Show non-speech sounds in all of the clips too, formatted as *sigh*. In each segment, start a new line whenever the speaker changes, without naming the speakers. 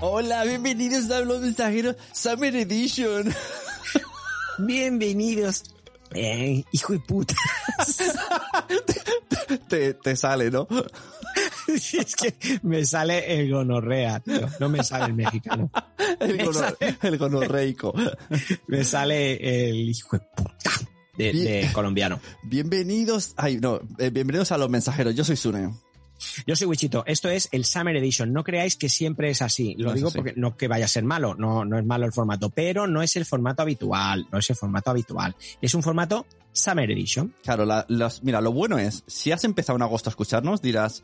Hola, bienvenidos a Los Mensajeros Summer Edition. *laughs*
Bienvenidos. Eh, hijo de puta. *laughs*
Te, te sale,
*laughs*
¿no?
es que me sale el gonorrea, tío. No me sale el mexicano.
El, gono-
sale.
el gonorreico.
Me sale el hijo de puta de, de colombiano.
Bienvenidos, ay, no, eh, bienvenidos a Los Mensajeros. Yo soy Sune.
Yo soy Wichito. Esto es el Summer Edition. No creáis que siempre es así. Lo
No es
digo
así.
porque no que vaya a ser malo. No, no es malo el formato, pero no es el formato habitual. No es el formato habitual. Es un formato Summer Edition.
Claro, la- las- mira, lo bueno es, si has empezado en agosto a escucharnos, dirás,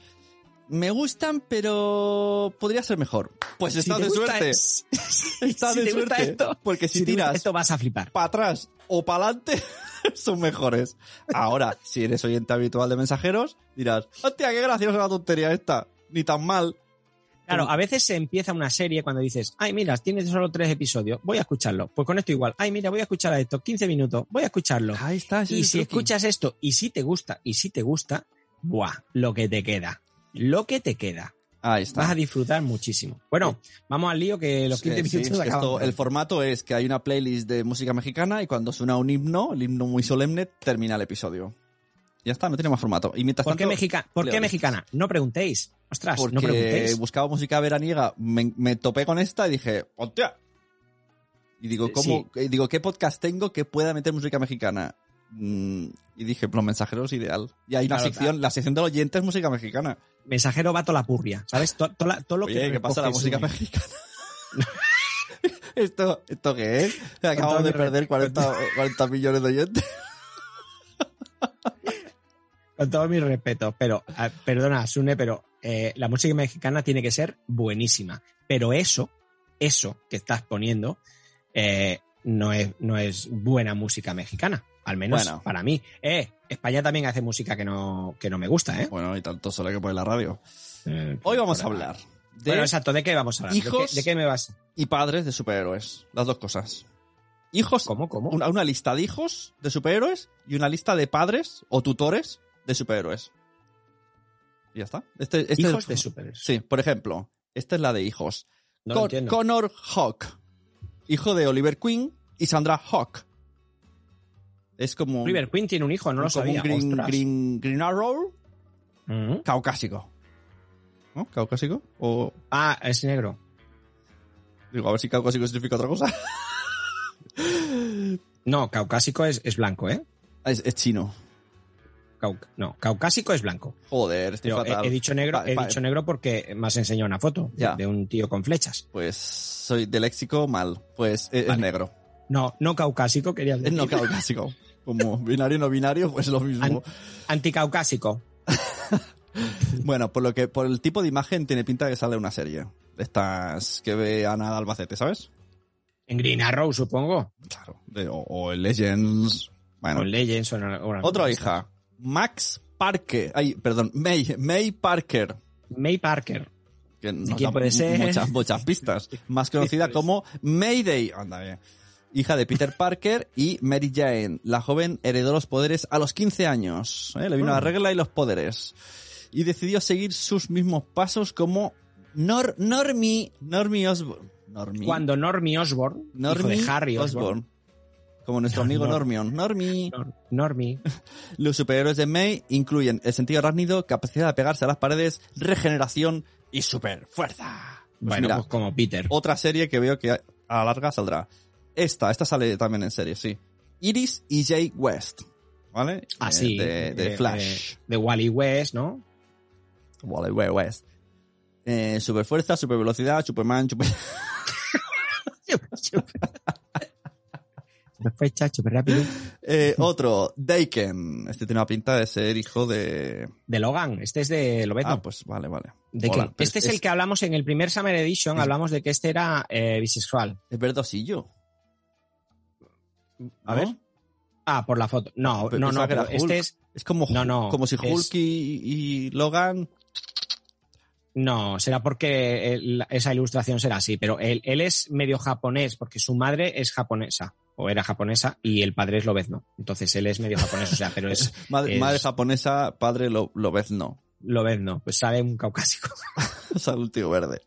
me gustan, pero podría ser mejor. Pues está
te
de
gusta-
suerte. Está
si
de
te gusta
suerte.
esto,
porque si,
si te gusta
tiras
esto vas a flipar.
para atrás o para adelante, *laughs* son mejores. Ahora, si eres oyente habitual de mensajeros, dirás, hostia, qué graciosa la tontería esta. Ni tan mal. Mm.
Claro, a veces se empieza una serie cuando dices, ay, mira, tienes solo tres episodios, voy a escucharlo. Pues con esto igual, ay, mira, voy a escuchar a esto, 15 minutos, voy a escucharlo.
Ahí está. ese
Y
Ah, es el
si
truqui.
escuchas esto y si te gusta, y si te gusta, buah, lo que te queda. Lo que te queda.
Ahí
Vas a
está.
disfrutar muchísimo. Bueno, vamos al lío que los 15
Eh, sí,
minutos
es que
acaban.
esto- el formato es que hay una playlist de música mexicana y cuando suena un himno, el himno muy solemne, termina el episodio. Ya está, no tiene más formato. Y mientras
¿Por qué,
tanto,
mexica- por
leo
qué
listas.
mexicana? No preguntéis. Ostras,
porque
no preguntéis.
buscaba música veraniega, me, me topé con esta y dije, ¡hostia! Y digo,
Sí.
¿cómo? eh, Digo, ¿qué podcast tengo que pueda meter música mexicana? Mm, Y dije, los mensajeros ideal. Y hay una
Claro,
sección, la sección del oyente es música mexicana.
Mensajero va toda la purria, ¿sabes? To- to la- Todo lo
Oye,
que
¿qué pasa la
recoge
música
su-
mexicana? *laughs* ¿Esto, ¿Esto qué es? Acabamos de
Antonio,
perder 40, 40 millones de oyentes.
Con todo mi respeto, pero ah, perdona, Sune, pero eh, la música mexicana tiene que ser buenísima. Pero eso, eso que estás poniendo, eh, no, es, no es buena música mexicana. Al menos
Bueno.
para mí. Eh, España también hace música que no, que no me gusta, ¿eh?
Bueno, y tanto solo hay que poner la radio.
Eh,
Hoy vamos a
por-
hablar de
Bueno, exacto, ¿de qué vamos a hablar? ¿De qué-
hijos-
¿De, qué, me vas?
y padres de superhéroes. Las dos cosas. Hijos,
¿Cómo, cómo?
una, una lista de hijos de superhéroes y una lista de padres o tutores de superhéroes. Y ya está. Este, este
Hijos
es-
de superhéroes.
Sí, por ejemplo, esta es la de hijos.
No lo
Con-
entiendo.
Connor Hawk, hijo de Oliver Queen y Sandra Hawk. Es como, un-
River Queen tiene un hijo, no lo
como
sabía.
un green,
ostras.
green, green Arrow
Mm.
caucásico. ¿No? ¿Caucásico? O
Ah, es negro.
digo, a ver si caucásico significa otra cosa. *laughs*
No, caucásico es, es blanco, ¿eh?
Es, es chino.
Cau- no, caucásico es blanco.
Joder, estoy
Pero
fatal.
he, he dicho negro,
Pa-
he
pa-
dicho negro porque me has enseñado una foto
Ya.
de un tío con flechas.
Pues soy de léxico mal. Pues es, es
Vale.
negro.
No, no caucásico, querías
Es *laughs*
decir.
no caucásico. Como binario no binario, pues lo mismo.
*laughs* Anticaucásico.
Bueno, por lo que, por el tipo de imagen tiene pinta de que sale una serie. De Estas que ve Ana de Albacete, ¿sabes?
En Green Arrow, supongo.
Claro. De- o, o el Legends. Bueno.
O en Legends o en alguna
Otra
cosa.
hija. Max Parker. Ay, perdón, May, May Parker.
May Parker.
que nos
quién
da
puede
mu-
ser?
Muchas, muchas
*laughs*
pistas. Más conocida
puede
como Mayday. Anda bien. Hija de
*laughs*
Peter Parker y Mary Jane. La joven heredó los poderes a los 15 años. ¿eh? Le vino
Mm.
la regla y los poderes. Y decidió seguir sus mismos pasos como Nor Normie, Normie Osborn. Normie.
Cuando Normie Osborn,
Normie
hijo de Harry Osborn.
Como nuestro amigo
Nor-
Normion. Normie.
Nor-
*laughs*
Normie.
Pues Los superhéroes de May incluyen el sentido arácnido, capacidad de pegarse a las paredes, regeneración y superfuerza. Pues
bueno,
mira,
pues como Peter.
otra serie que veo que a a la larga saldrá. Esta, esta sale también en serie, sí. Iris y Jay West, ¿vale? Eh,
Así.
De, de Flash.
De, Wally
*laughs*
West, ¿no? *laughs*
Wally Way West. Eh, superfuerza, supervelocidad, Superman, super... *laughs*
Fecha, súper rápido.
Eh, otro, Daken. Este tiene una pinta de ser hijo de...
De Logan. Este es de Lobeto.
Ah, pues vale, vale.
De
Hola,
que-
pero
este es,
es-
el que hablamos en el primer Summer Edition,
es-
hablamos de que este era eh, bisexual.
Es verdosillo.
¿no?
A ver.
Ah, por la foto. No,
Pe-
no,
pensaba
no,
que
pero
era Hulk.
este es.
Es como,
No, no,
como si
es-
Hulk y, y Logan...
No, será porque el- esa ilustración será así, pero él, él es medio japonés, porque su madre es japonesa, o era japonesa, y el padre es lobezno. Entonces él es medio japonés, o sea,
*laughs*
pero es
Madre,
es-
madre japonesa, padre lo, lobezno. *laughs*
lobezno, pues sale un caucásico.
Sale un tío verde.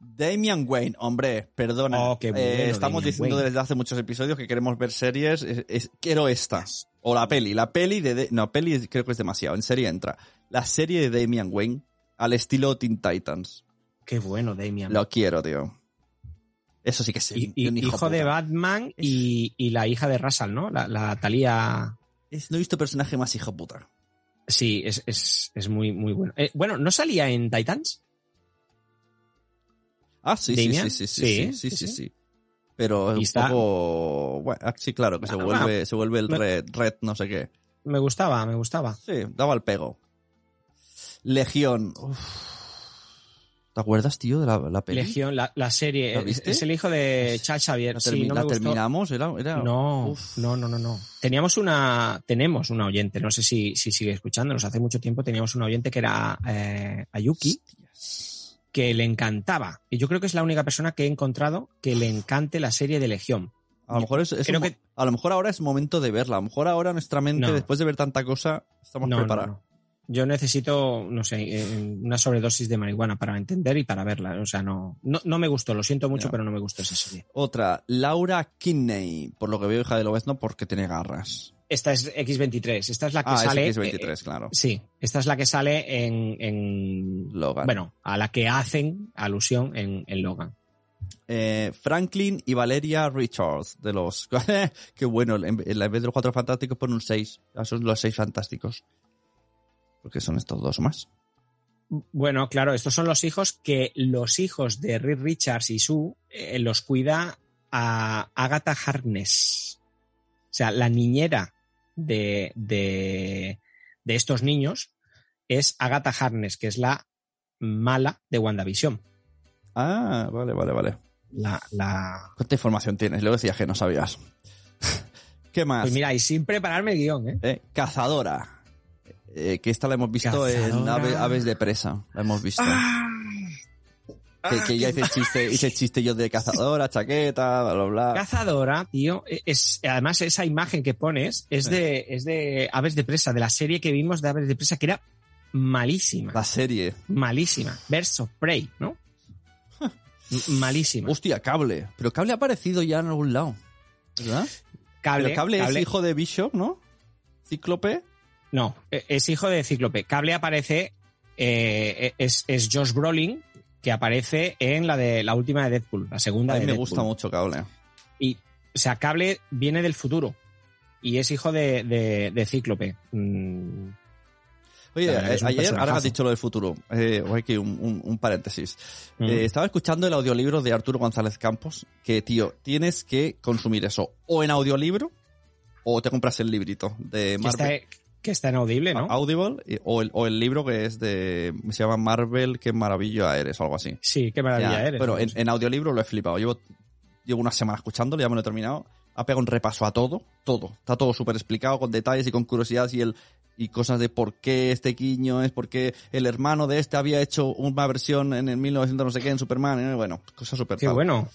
Damian Wayne, hombre, perdona.
Oh, qué bueno,
Eh, estamos
Damian
diciendo
Wayne.
desde hace muchos episodios que queremos ver series. es- es- quiero estas. O la peli. La peli de, de- No, peli es- creo que es demasiado. En serie entra. La serie de Damian Wayne al estilo Teen Titans.
Qué bueno, Damian.
Lo quiero, tío. Eso sí que es
Y-
el-
y-
un
hijo de
puta.
Batman y, y la hija de Russell, ¿no? La, la Thalía.
Es- No he visto personaje más hijo puta.
Sí, es, es- es muy, muy bueno. Eh, bueno, ¿no salía en Titans?
Ah, sí, sí,
¿Damian?
sí, sí, sí, sí, sí, sí, sí. Pero es
Y
un
está-
poco... Bueno, ah, sí, claro, que se
Ah,
vuelve, se vuelve el
Me-
red, red no sé qué.
Me gustaba, me gustaba.
Sí, daba el pego. Legión. Uf. ¿Te acuerdas, tío, de la, la peli?
Legión, la, la serie.
¿La
es,
viste?
es el hijo de Charles Xavier.
¿La,
sí,
termi-
no me
la
gustó.
terminamos? Era, era-
No,
Uf.
no, no, no, no. Teníamos una, tenemos una oyente, no sé si, si sigue escuchándonos. Hace mucho tiempo teníamos una oyente que era eh, Ayuki,
Hostias.
que le encantaba. Y yo creo que es la única persona que he encontrado que le encante la serie de Legión.
A lo, mejor es, es
Creo
un mo-
que-
a lo mejor ahora es momento de verla. A lo mejor ahora nuestra mente,
No.
después de ver tanta cosa, estamos
No, no,
preparados.
no. Yo necesito, no sé, eh, una sobredosis de marihuana para entender y para verla. O sea, no, no, no me gustó, lo siento mucho,
Ya.
pero no me gustó esa serie.
Otra, Laura Kinney. Por lo que veo, hija de Lobezno, porque tiene garras.
Esta es X23, esta es la que
Ah,
sale.
es
eh,
23 claro.
sí, esta es la que sale en, en
Logan.
Bueno, a la que hacen alusión en, en Logan.
Eh, Franklin y Valeria Richards, de los... *laughs* Qué bueno, en en vez de los cuatro fantásticos pon un seis. Ah, Son los seis fantásticos. Porque son estos dos más.
Bueno, claro, estos son los hijos que los hijos de Reed Richards y Sue eh, los cuida a Agatha Harkness. O sea, la niñera de, de, de estos niños es Agatha Harkness, que es la mala de WandaVision.
Ah, vale, vale, vale.
La, la...
¿Cuánta información tienes? Luego decías que no sabías. *laughs* ¿Qué más?
Pues mira, y sin prepararme el guión, ¿eh?
Eh, Cazadora. Eh, que esta la hemos visto en
Cazadora. Ah,
Ave- Aves, de Presa. La hemos visto. que, que ya hice el chiste, hice el chiste yo de cazadora, chaqueta, bla, bla, bla.
Cazadora, tío, E, es, además esa imagen que pones es de, es de Aves de Presa, de la serie que vimos de Aves de Presa, que era malísima.
La serie.
Malísima. Verso of Prey,
*laughs*
¿no? M- Malísima.
Hostia, cable. Pero cable ha aparecido ya en algún lado. ¿Verdad?
cable,
Pero cable, es hijo de Bishop, ¿no? Cíclope.
No, e- es hijo de Cíclope. Cable aparece, eh, es, es Josh Brolin, que aparece en la de la última de Deadpool, la
A
segunda de
mí me
Deadpool.
gusta mucho cable.
Y, o sea, Cable viene del futuro y es hijo de, de, de Cíclope. Mm,
Oye,
La verdad que
eh,
es
ayer,
un
ahora que has
personajazo. dicho
dicho lo del futuro, eh, hay aquí un, un- un paréntesis.
Mm.
Eh, estaba escuchando el audiolibro de Arturo González Campos, que, tío, tienes que consumir eso o en audiolibro o te compras el librito de
que,
Marvel.
está, que está inaudible, ¿no?
Audible eh, o el, o el libro que es de. Se llama Marvel, qué maravilla eres o algo así.
Sí, qué maravilla
Ya,
eres.
Bueno,
¿no?
en, en audiolibro lo he flipado. Llevo, llevo una semana escuchándolo, ya me lo he terminado. Ha pegado un repaso a todo, todo. Está todo súper explicado, con detalles y con curiosidades y el y cosas de por qué este quiño es, por qué el hermano de este había hecho una versión en el 1900 no sé qué en Superman. eh, bueno, cosas súper
Qué
tal.
bueno.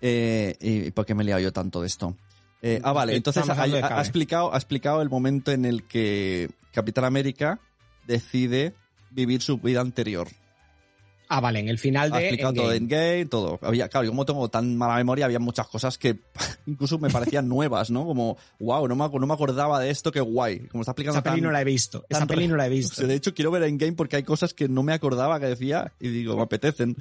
Eh, ¿Y y por qué me he liado yo tanto de esto? Eh, ah, vale,
Porque
entonces ha,
estamos hablando de
ha- ha
Cabe.
explicado, ha explicado el momento en el que Capitán América decide vivir su vida anterior.
Ah, vale, en el final
Ha
de.
explicado todo de
Endgame.
Endgame, todo. Había, claro, yo como tengo tan mala memoria, había muchas cosas que *laughs* incluso me parecían *laughs* nuevas, ¿no? Como, wow, no me, ac- no me acordaba de esto, qué guay. Como está explicando
Esa peli
tan-
no la he visto. Esa
tan
peli no la
*laughs*
he
o
visto.
sea, de hecho, quiero ver Endgame porque hay cosas que no me acordaba que decía y digo, me apetecen.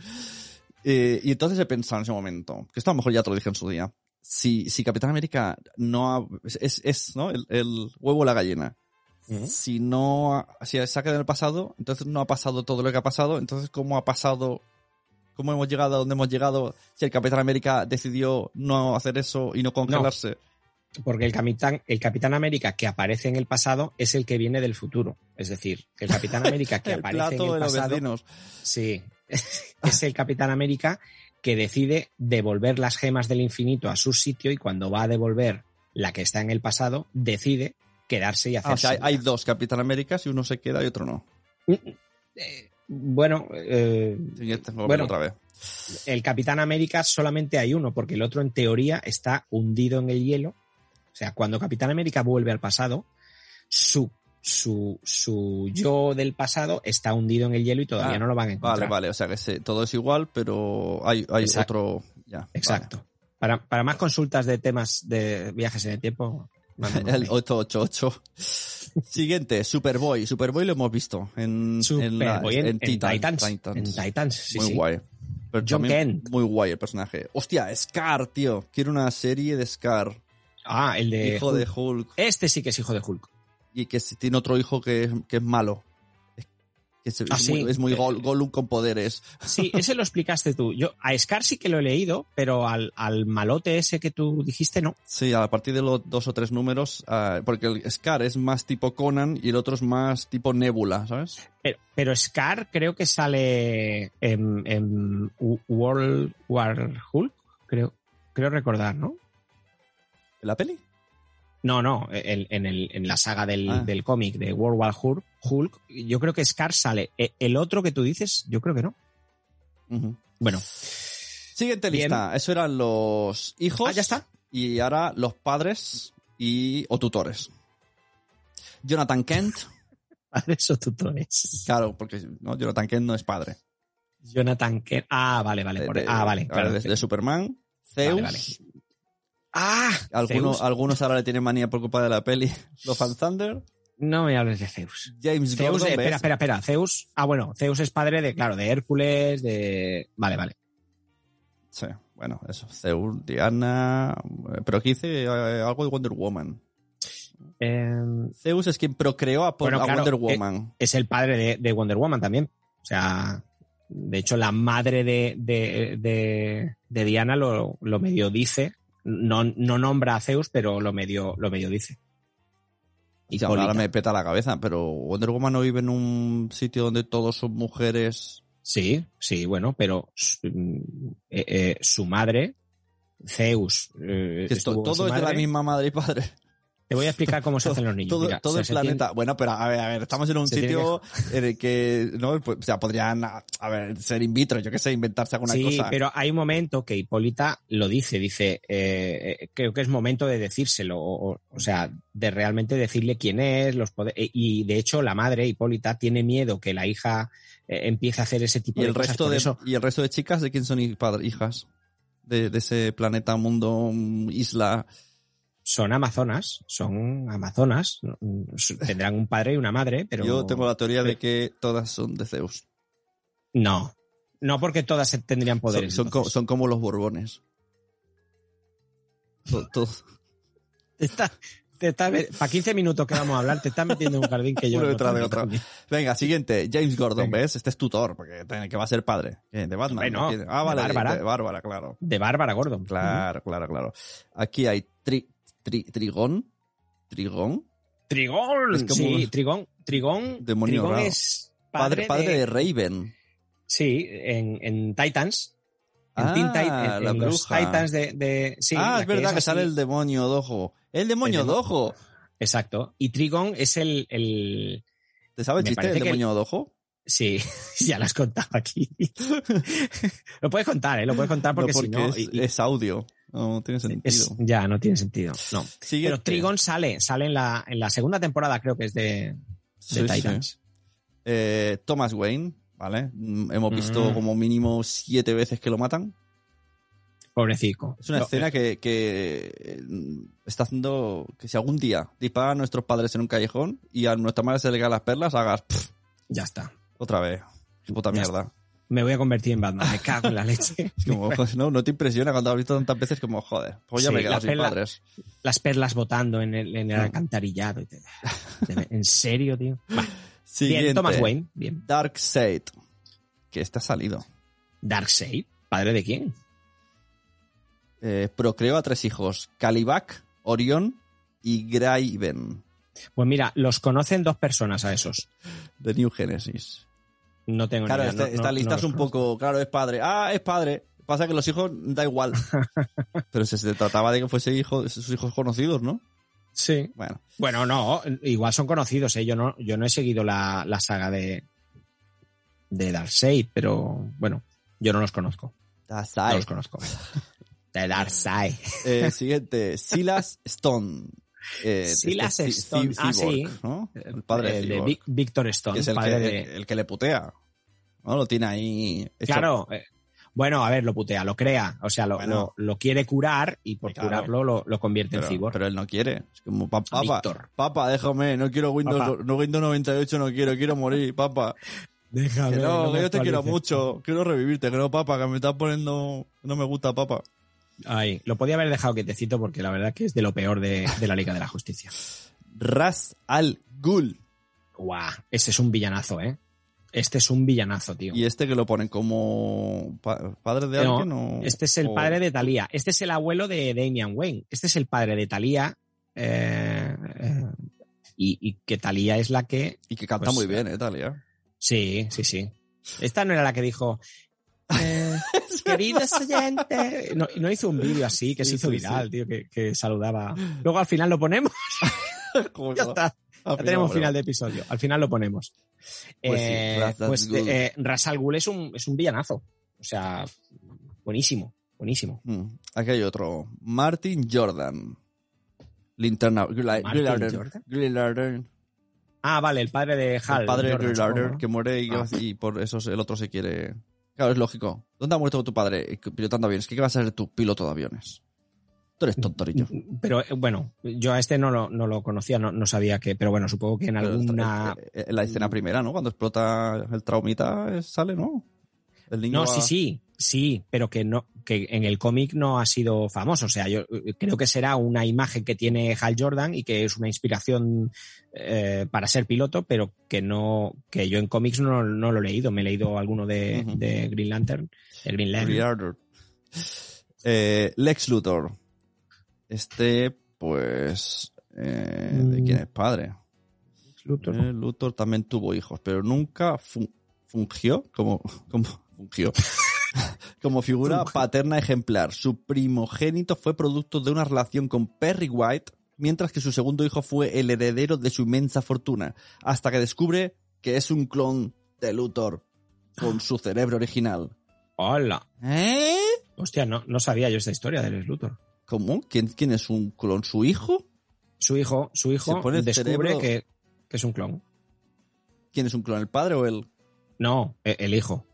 Eh, y entonces he pensado en ese momento, que esto a lo mejor ya te lo dije en su día, si, si Capitán América no ha- es, es ¿no? El, el huevo o la gallina.
Ujú.
Si no, ha- si se ha quedado en el pasado, entonces no ha pasado todo lo que ha pasado, entonces ¿cómo ha pasado? ¿Cómo hemos llegado a donde hemos llegado si el Capitán América decidió no hacer eso y no congelarse?
Porque el capitán, el capitán América que aparece en el pasado es el que viene del futuro. Es decir,
*laughs*
el Capitán América que
el
aparece en
plato
el
de los
pasado.
vecinos. *laughs*
Sí. es el Capitán América que decide devolver las gemas del infinito a su sitio y cuando va a devolver la que está en el pasado, decide quedarse y hacer
Ah, o sea, hay,
suya.
hay dos Capitán Américas y uno se queda y otro no.
Eh, bueno, eh,
Sí, ya tengo que
Bueno.
verlo este otra vez.
el Capitán América solamente hay uno, porque el otro en teoría está hundido en el hielo. O sea, cuando Capitán América vuelve al pasado, su su, su yo del pasado está hundido en el hielo y todavía
Ah,
no lo van a encontrar.
Vale, vale, o sea que se- todo es igual, pero hay, hay
Exacto.
otro... Ya, vale.
Exacto. Para, para más consultas de temas de viajes en el tiempo, mándame un
El
mail.
888. Siguiente, Superboy. Superboy lo hemos visto en, en, la-
Superboy en, en
Titan-
Titans.
Titans.
En Titans, sí,
muy
sí.
guay. Pero
John
también
Kent.
Muy guay el personaje. Hostia, Scar, tío. Quiero una serie de Scar.
Ah, el de.
hijo
Hulk.
de Hulk.
Este sí que es hijo de Hulk.
Y que si- tiene otro hijo que, es- que es malo. Es- Que es,
Ah,
es
sí.
muy, es muy
Eh,
Gol- Gollum con poderes. *laughs*
Sí, ese lo explicaste tú. Yo a Scar sí que lo he leído, pero al, al malote ese que tú dijiste no.
Sí, a partir de los dos o tres números. ah, porque el Scar es más tipo Conan y el otro es más tipo Nebula, ¿sabes?
Pero, pero Scar creo que sale en, en U- World War Hulk, creo, creo recordar, ¿no?
¿En la peli?
No, no, el- en, el- en la saga del,
Ah.
del cómic de World War Hulk, Hulk, yo creo que Scar sale. E- El otro que tú dices, yo creo que no.
Ujú.
Bueno, *laughs*
Siguiente
Bien.
lista. Eso eran los hijos.
ah, ya está.
Y ahora los padres y, o tutores. Jonathan Kent.
Padres o tutores.
Claro, porque ¿no? Jonathan Kent no es padre.
Jonathan Kent. Ah, vale, vale.
De-
por-
de-
ah, vale.
Eh, ahora
claro.
de, de Superman. Zeus.
Vale, vale. Ah,
Algunos,
Zeus.
algunos ahora le tienen manía por culpa de la peli. *laughs* Los Van Thunder.
No me hables de Zeus.
James
Zeus,
Gordon.
eh, espera,
¿ves?
espera, espera. Zeus. Ah, bueno, Zeus es padre de, claro, de Hércules, de. Vale, vale.
Sí, bueno, eso. Zeus, Diana. eh, Pero aquí dice eh, algo de Wonder Woman.
Eh,
Zeus es quien procreó a,
Bueno,
a
claro,
Wonder
eh,
Woman.
es el padre de, de Wonder Woman también. O sea, de hecho, la madre de, de, de- de Diana lo, lo medio dice. No, no nombra a Zeus, pero lo medio, lo medio dice.
O sea, ahora
Hipólita.
me peta la cabeza, pero Wonder Woman no vive en un sitio donde todos son mujeres.
Sí, sí, bueno, pero su, mm, eh, eh, su madre, Zeus, eh,
Que esto-
estuvo con su
todo es de la
madre.
misma madre y padre.
Te voy a explicar
*laughs*
cómo se hacen los niños.
Todo,
Mira,
todo
se-
el
se tiene-
planeta. Bueno, pero a ver, a ver, estamos en un
se tiene
sitio en el que, ¿no? Pues, O sea, podrían, a a ver, ser in vitro, yo qué sé, inventarse alguna
sí,
cosa.
pero hay un momento que Hipólita lo dice, dice, eh, eh, creo que es momento de decírselo, o, o- o sea, de realmente decirle quién es, los poderes. Y de hecho, la madre, Hipólita, tiene miedo que la hija eh, empiece a hacer ese tipo
y
de
el
cosas.
resto
por
de,
eso,
y el resto de chicas, ¿de quién son hi- padre- hijas? De, de ese planeta, mundo, mm, isla.
son amazonas, son amazonas, mm, s- tendrán un padre y una madre, pero
Yo tengo la teoría de
pero-
que todas son de Zeus.
no. No porque todas se- tendrían
Son,
poderes.
son co-
entonces.
son como los borbones. To- to-
Te está- te está- para 15 minutos que vamos a hablar, te estás metiendo en un jardín que yo
Uno
no
detrás de
tengo
otro.
también.
Venga, siguiente. James Gordon,
Venga.
¿ves? Este es tutor, porque tiene- que va a ser padre. ¿Qué? De Batman.
Hombre, no.
¿no? Tiene- Ah,
De
vale. de-
Bárbara.
de Bárbara, claro.
De Bárbara Gordon.
Claro, claro, claro. Aquí hay tri- tri- Trigón. Trigón.
Trigón.
Es como
sí,
un
Trigón. Trigón.
demonio
Trigón
raro.
es
Padre,
padre,
padre
de,
de... Raven.
Sí, en, en Titans. En
Ah,
Teen Titans. en-
la
en los
bruja.
Titans de. de- sí,
ah,
la
es verdad que,
así.
sale el demonio dojo. El demonio
El demo-
dojo.
Exacto. Y Trigón es el. el-
¿Te sabe el
Me
chiste
parece
del
que el-
demonio dojo?
Sí, *laughs* ya lo has contado aquí. *laughs* lo puedes contar, ¿eh? Lo puedes contar
No,
porque,
porque
si no.
es,
y- y-
es audio. No, no tiene sentido.
es- ya, no tiene sentido. No.
Siguiente.
Pero Trigón sale, sale en la, en la segunda temporada, creo que es de, de
Sí, sí.
Titans.
Eh, Thomas Wayne, ¿vale? Mm, Hemos visto
Mm.
como mínimo siete veces que lo matan.
Pobrecico.
Es una
Lo-
escena que, que, eh, está haciendo que si algún día disparan a nuestros padres en un callejón y a nuestra madre se le caen las perlas, hagas pff,
Ya está.
otra vez. Qué puta
Ya
mierda.
me voy a convertir en Batman, me cago en la leche.
Es
*laughs*
como, joder, no, no te impresiona cuando has visto tantas veces como, joder, pues ya
Sí,
me he quedado
la
sin
perla-
padres.
Las perlas botando en el,
Mm.
en el alcantarillado. y te- te- En serio,
*laughs*
tío. Va,
Siguiente.
Bien, Thomas Wayne, bien.
Darkseid. Que este ha salido.
Darkseid, ¿padre de quién?
Eh, procreó a tres hijos. Calibac, Orión y Graven.
Pues mira, los conocen dos personas a esos.
De New Genesis.
No tengo
Claro,
ni idea.
este-
no- no-
esta lista
no
es
los
un poco, claro, es padre. Ah, es padre. Pasa que los hijos da
*laughs*
igual. Pero si se trataba de que fuese hijo, sus hijos conocidos, ¿no?
conozco. Sí.
Bueno,
Bueno, no, igual son conocidos, ¿eh? Yo no, yo no he seguido la, la saga de, de Darkseid, pero bueno, yo no los conozco. No
Dasai. *laughs*
los conozco. De Darkseid.
Eh, siguiente, Silas Stone. eh,
Sí,
este
las
Cy-
Stone-
Cy-
ah, sí.
Cyborg, ¿no? El padre de
el de
Cyborg,
Vic- Victor
que
Stone,
es el que,
padre de-
el que le putea. ¿no? Lo tiene ahí. hecho-
Claro. eh, Bueno, a ver, lo putea, lo crea. O sea, lo,
Bueno.
lo, lo quiere curar y por
Claro.
curarlo lo, lo convierte
Pero,
en cyborg.
pero él no quiere. Es como, "Pa- papá,
Víctor.
papá, déjame, no quiero Windows,
Papá.
no, Windows 98, no quiero, quiero morir, papá. Que
Déjame.
no, que yo te quiero mucho, quiero revivirte, que no, papá, que me estás poniendo, no me gusta, papá.
Ay, lo podía haber dejado quietecito porque la verdad que es de lo peor de, de la Liga de la Justicia.
Ras al Ghul.
Guau, este es un villanazo, ¿eh? Este es un villanazo, tío.
Y este que lo ponen como pa- padre de
No,
alguien o-
Este es el
o-
padre de Talía. Este es el abuelo de Damian Wayne. Este es el padre de Talía. y, y que Talía es la que
Y que canta
pues,
muy bien, eh,
*laughs*
Talia. *laughs*
Sí, sí, sí. Esta no era la que dijo.
*laughs*
eh, queridos oyentes. No, no hizo un vídeo así que
Sí,
se hizo
sí,
viral,
sí.
tío, que, que saludaba. Luego al final lo ponemos.
Como
Ya
que-
está.
al
Ya tenemos
Ah, bueno.
final de episodio. Al final lo ponemos.
Pues sí,
Eh,
Ras al
pues,
Ghul.
eh, Ras al Ghul es un, es un villanazo. O sea, buenísimo, buenísimo.
Mm, Aquí hay otro. Martin Jordan. Linterna. Grilla-
¿Martin
Grillarden.
Jordan?
Grillarden.
Ah, vale, el padre de Hal.
el padre
Jordan,
de Green Lantern
supongo, ¿no?
que muere y,
Ah.
y por eso se- el otro se quiere. Claro, es lógico. ¿Dónde ha muerto tu padre pilotando aviones? ¿Qué vas a ser tu piloto de aviones? Tú eres tontorillo.
Pero eh, bueno, yo a este no lo, no lo conocía, no, no sabía que, pero bueno, supongo que en
Pero
alguna Mm.
esta- eh, eh, La escena primera, ¿no? Cuando explota el traumita eh, sale, ¿no? El niño
No,
va-
sí, sí, sí, pero que no, que en el cómic no ha sido famoso. O sea, yo eh, creo que será una imagen que tiene Hal Jordan y que es una inspiración eh, para ser piloto, pero que no, que yo en cómics no, no lo he leído. Me he leído alguno de,
Ujú.
de Green Lantern, el Green Lantern.
Green Lantern. Eh, Lex Luthor. Este, pues. eh, ¿De
Mm.
quién es padre?
Luthor.
Eh, Luthor también tuvo hijos, pero nunca fu- fungió como, *laughs* como fungió. *laughs* como figura
Fungió.
paterna ejemplar. Su primogénito fue producto de una relación con Perry White, mientras que su segundo hijo fue el heredero de su inmensa fortuna, hasta que descubre que es un clon de Luthor con su cerebro original.
Hola.
¿Eh?
Hostia, no, no sabía yo esta historia del Luthor.
¿Cómo? ¿Quién, quién es un clon? ¿Su hijo?
Su hijo, su hijo
Se pone el
descubre
cerebro.
que, que es un clon.
¿Quién es un clon? ¿El padre o él?
No, e- el hijo.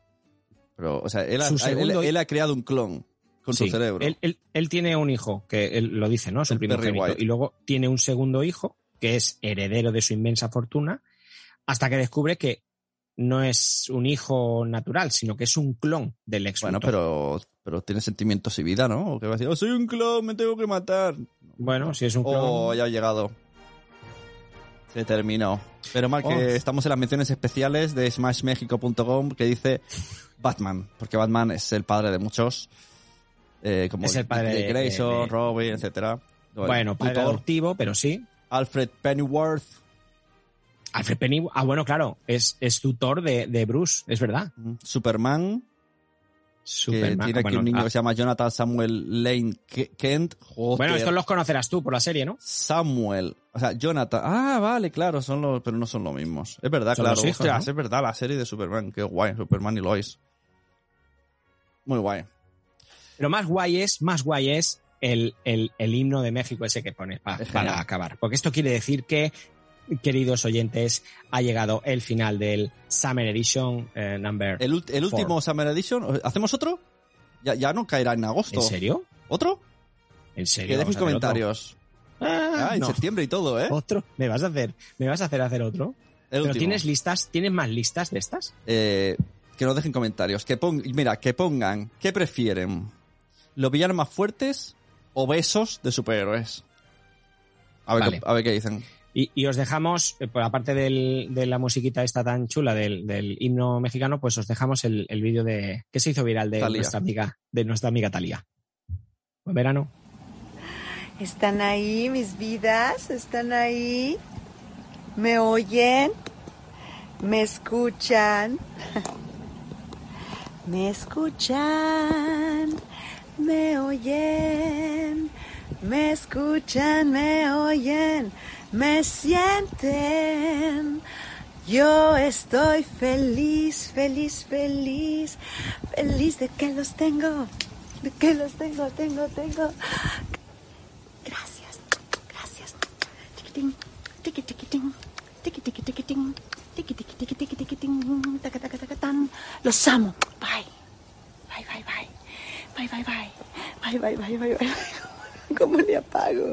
Pero, o sea, él ha,
Su
él-
segundo-
él ha creado un clon con
Sí.
su cerebro.
Él, él- él tiene un hijo, que él lo dice, ¿no? Su
El Perry
primogénito.
White.
Y luego tiene un segundo hijo, que es heredero de su inmensa fortuna, hasta que descubre que no es un hijo natural, sino que es un clon del ex
Bueno,
Luthor.
pero, pero tiene sentimientos y vida, ¿no? O que va a decir, oh, soy un clon, me tengo que matar.
Bueno, si es un clon...
Oh, ya ha llegado. Se terminó. Pero mal
Oh.
que estamos en las menciones especiales de smashmexico.com que dice Batman, porque Batman es el padre de muchos. eh, como
Es el padre
Dick
de-
Grayson,
de- de-
Robin, etcétera.
bueno, padre
tutor,
adoptivo, pero sí.
Alfred Pennyworth.
Alfred Penny... Ah, bueno, claro, es, es tutor de, de Bruce, es verdad.
Superman, que
Superman,
tiene aquí
bueno,
un niño
ah,
que se llama Jonathan Samuel Lane Ke- Kent. Joder.
bueno, estos los conocerás tú por la serie, ¿no?
Samuel, o sea, Jonathan. Ah, vale, claro, son los, pero no son los mismos. Es verdad,
Son
claro.
los hijos,
Ostras,
¿no?
es verdad, la serie de Superman, qué guay, Superman y Lois. Muy guay.
Pero más guay es, más guay es el, el- el himno de México ese que pone pa-
Es genial.
para acabar. Porque esto quiere decir que, queridos oyentes, ha llegado el final del Summer Edition eh, Number.
El, ult- el
Four.
último Summer Edition, ¿hacemos otro? Ya, ya no caerá en agosto.
¿En serio?
¿Otro?
¿En serio?
Que
¿Vamos
dejen
a hacer
comentarios.
otro? Ah,
Ah, en
no.
septiembre y todo, ¿eh?
Otro. ¿Me vas a hacer? ¿Me vas a hacer hacer otro?
El
¿Pero
último.
tienes listas? ¿Tienes más listas de estas?
Eh, que nos dejen comentarios. Que pon- mira, que pongan, ¿qué prefieren? ¿Los villanos más fuertes o besos de superhéroes? A ver,
Vale.
qué- a ver qué dicen.
Y, y os dejamos, eh, por aparte del- de la musiquita esta tan chula del, del himno mexicano, pues os dejamos el, el vídeo de que se hizo viral de
Thalía.
nuestra amiga, de nuestra amiga Talía. Buen verano.
¿Están ahí mis vidas? ¿Están ahí? ¿Me oyen? ¿Me escuchan? *laughs* ¿Me escuchan? ¿Me oyen? ¿Me escuchan? ¿Me oyen? ¿Me sienten? Yo estoy feliz, feliz, feliz, feliz de que los tengo, de que los tengo, tengo, tengo. Gracias, gracias, tiquitín, tiqui tiquitín, tiqui tiqui tiquitín, tiqui tiqui tiqui tiqui tiquitín, taca taca taca tan. Los amo. Bye. Bye bye bye. Bye bye bye. Bye bye bye bye bye. *laughs* ¿Cómo le apago?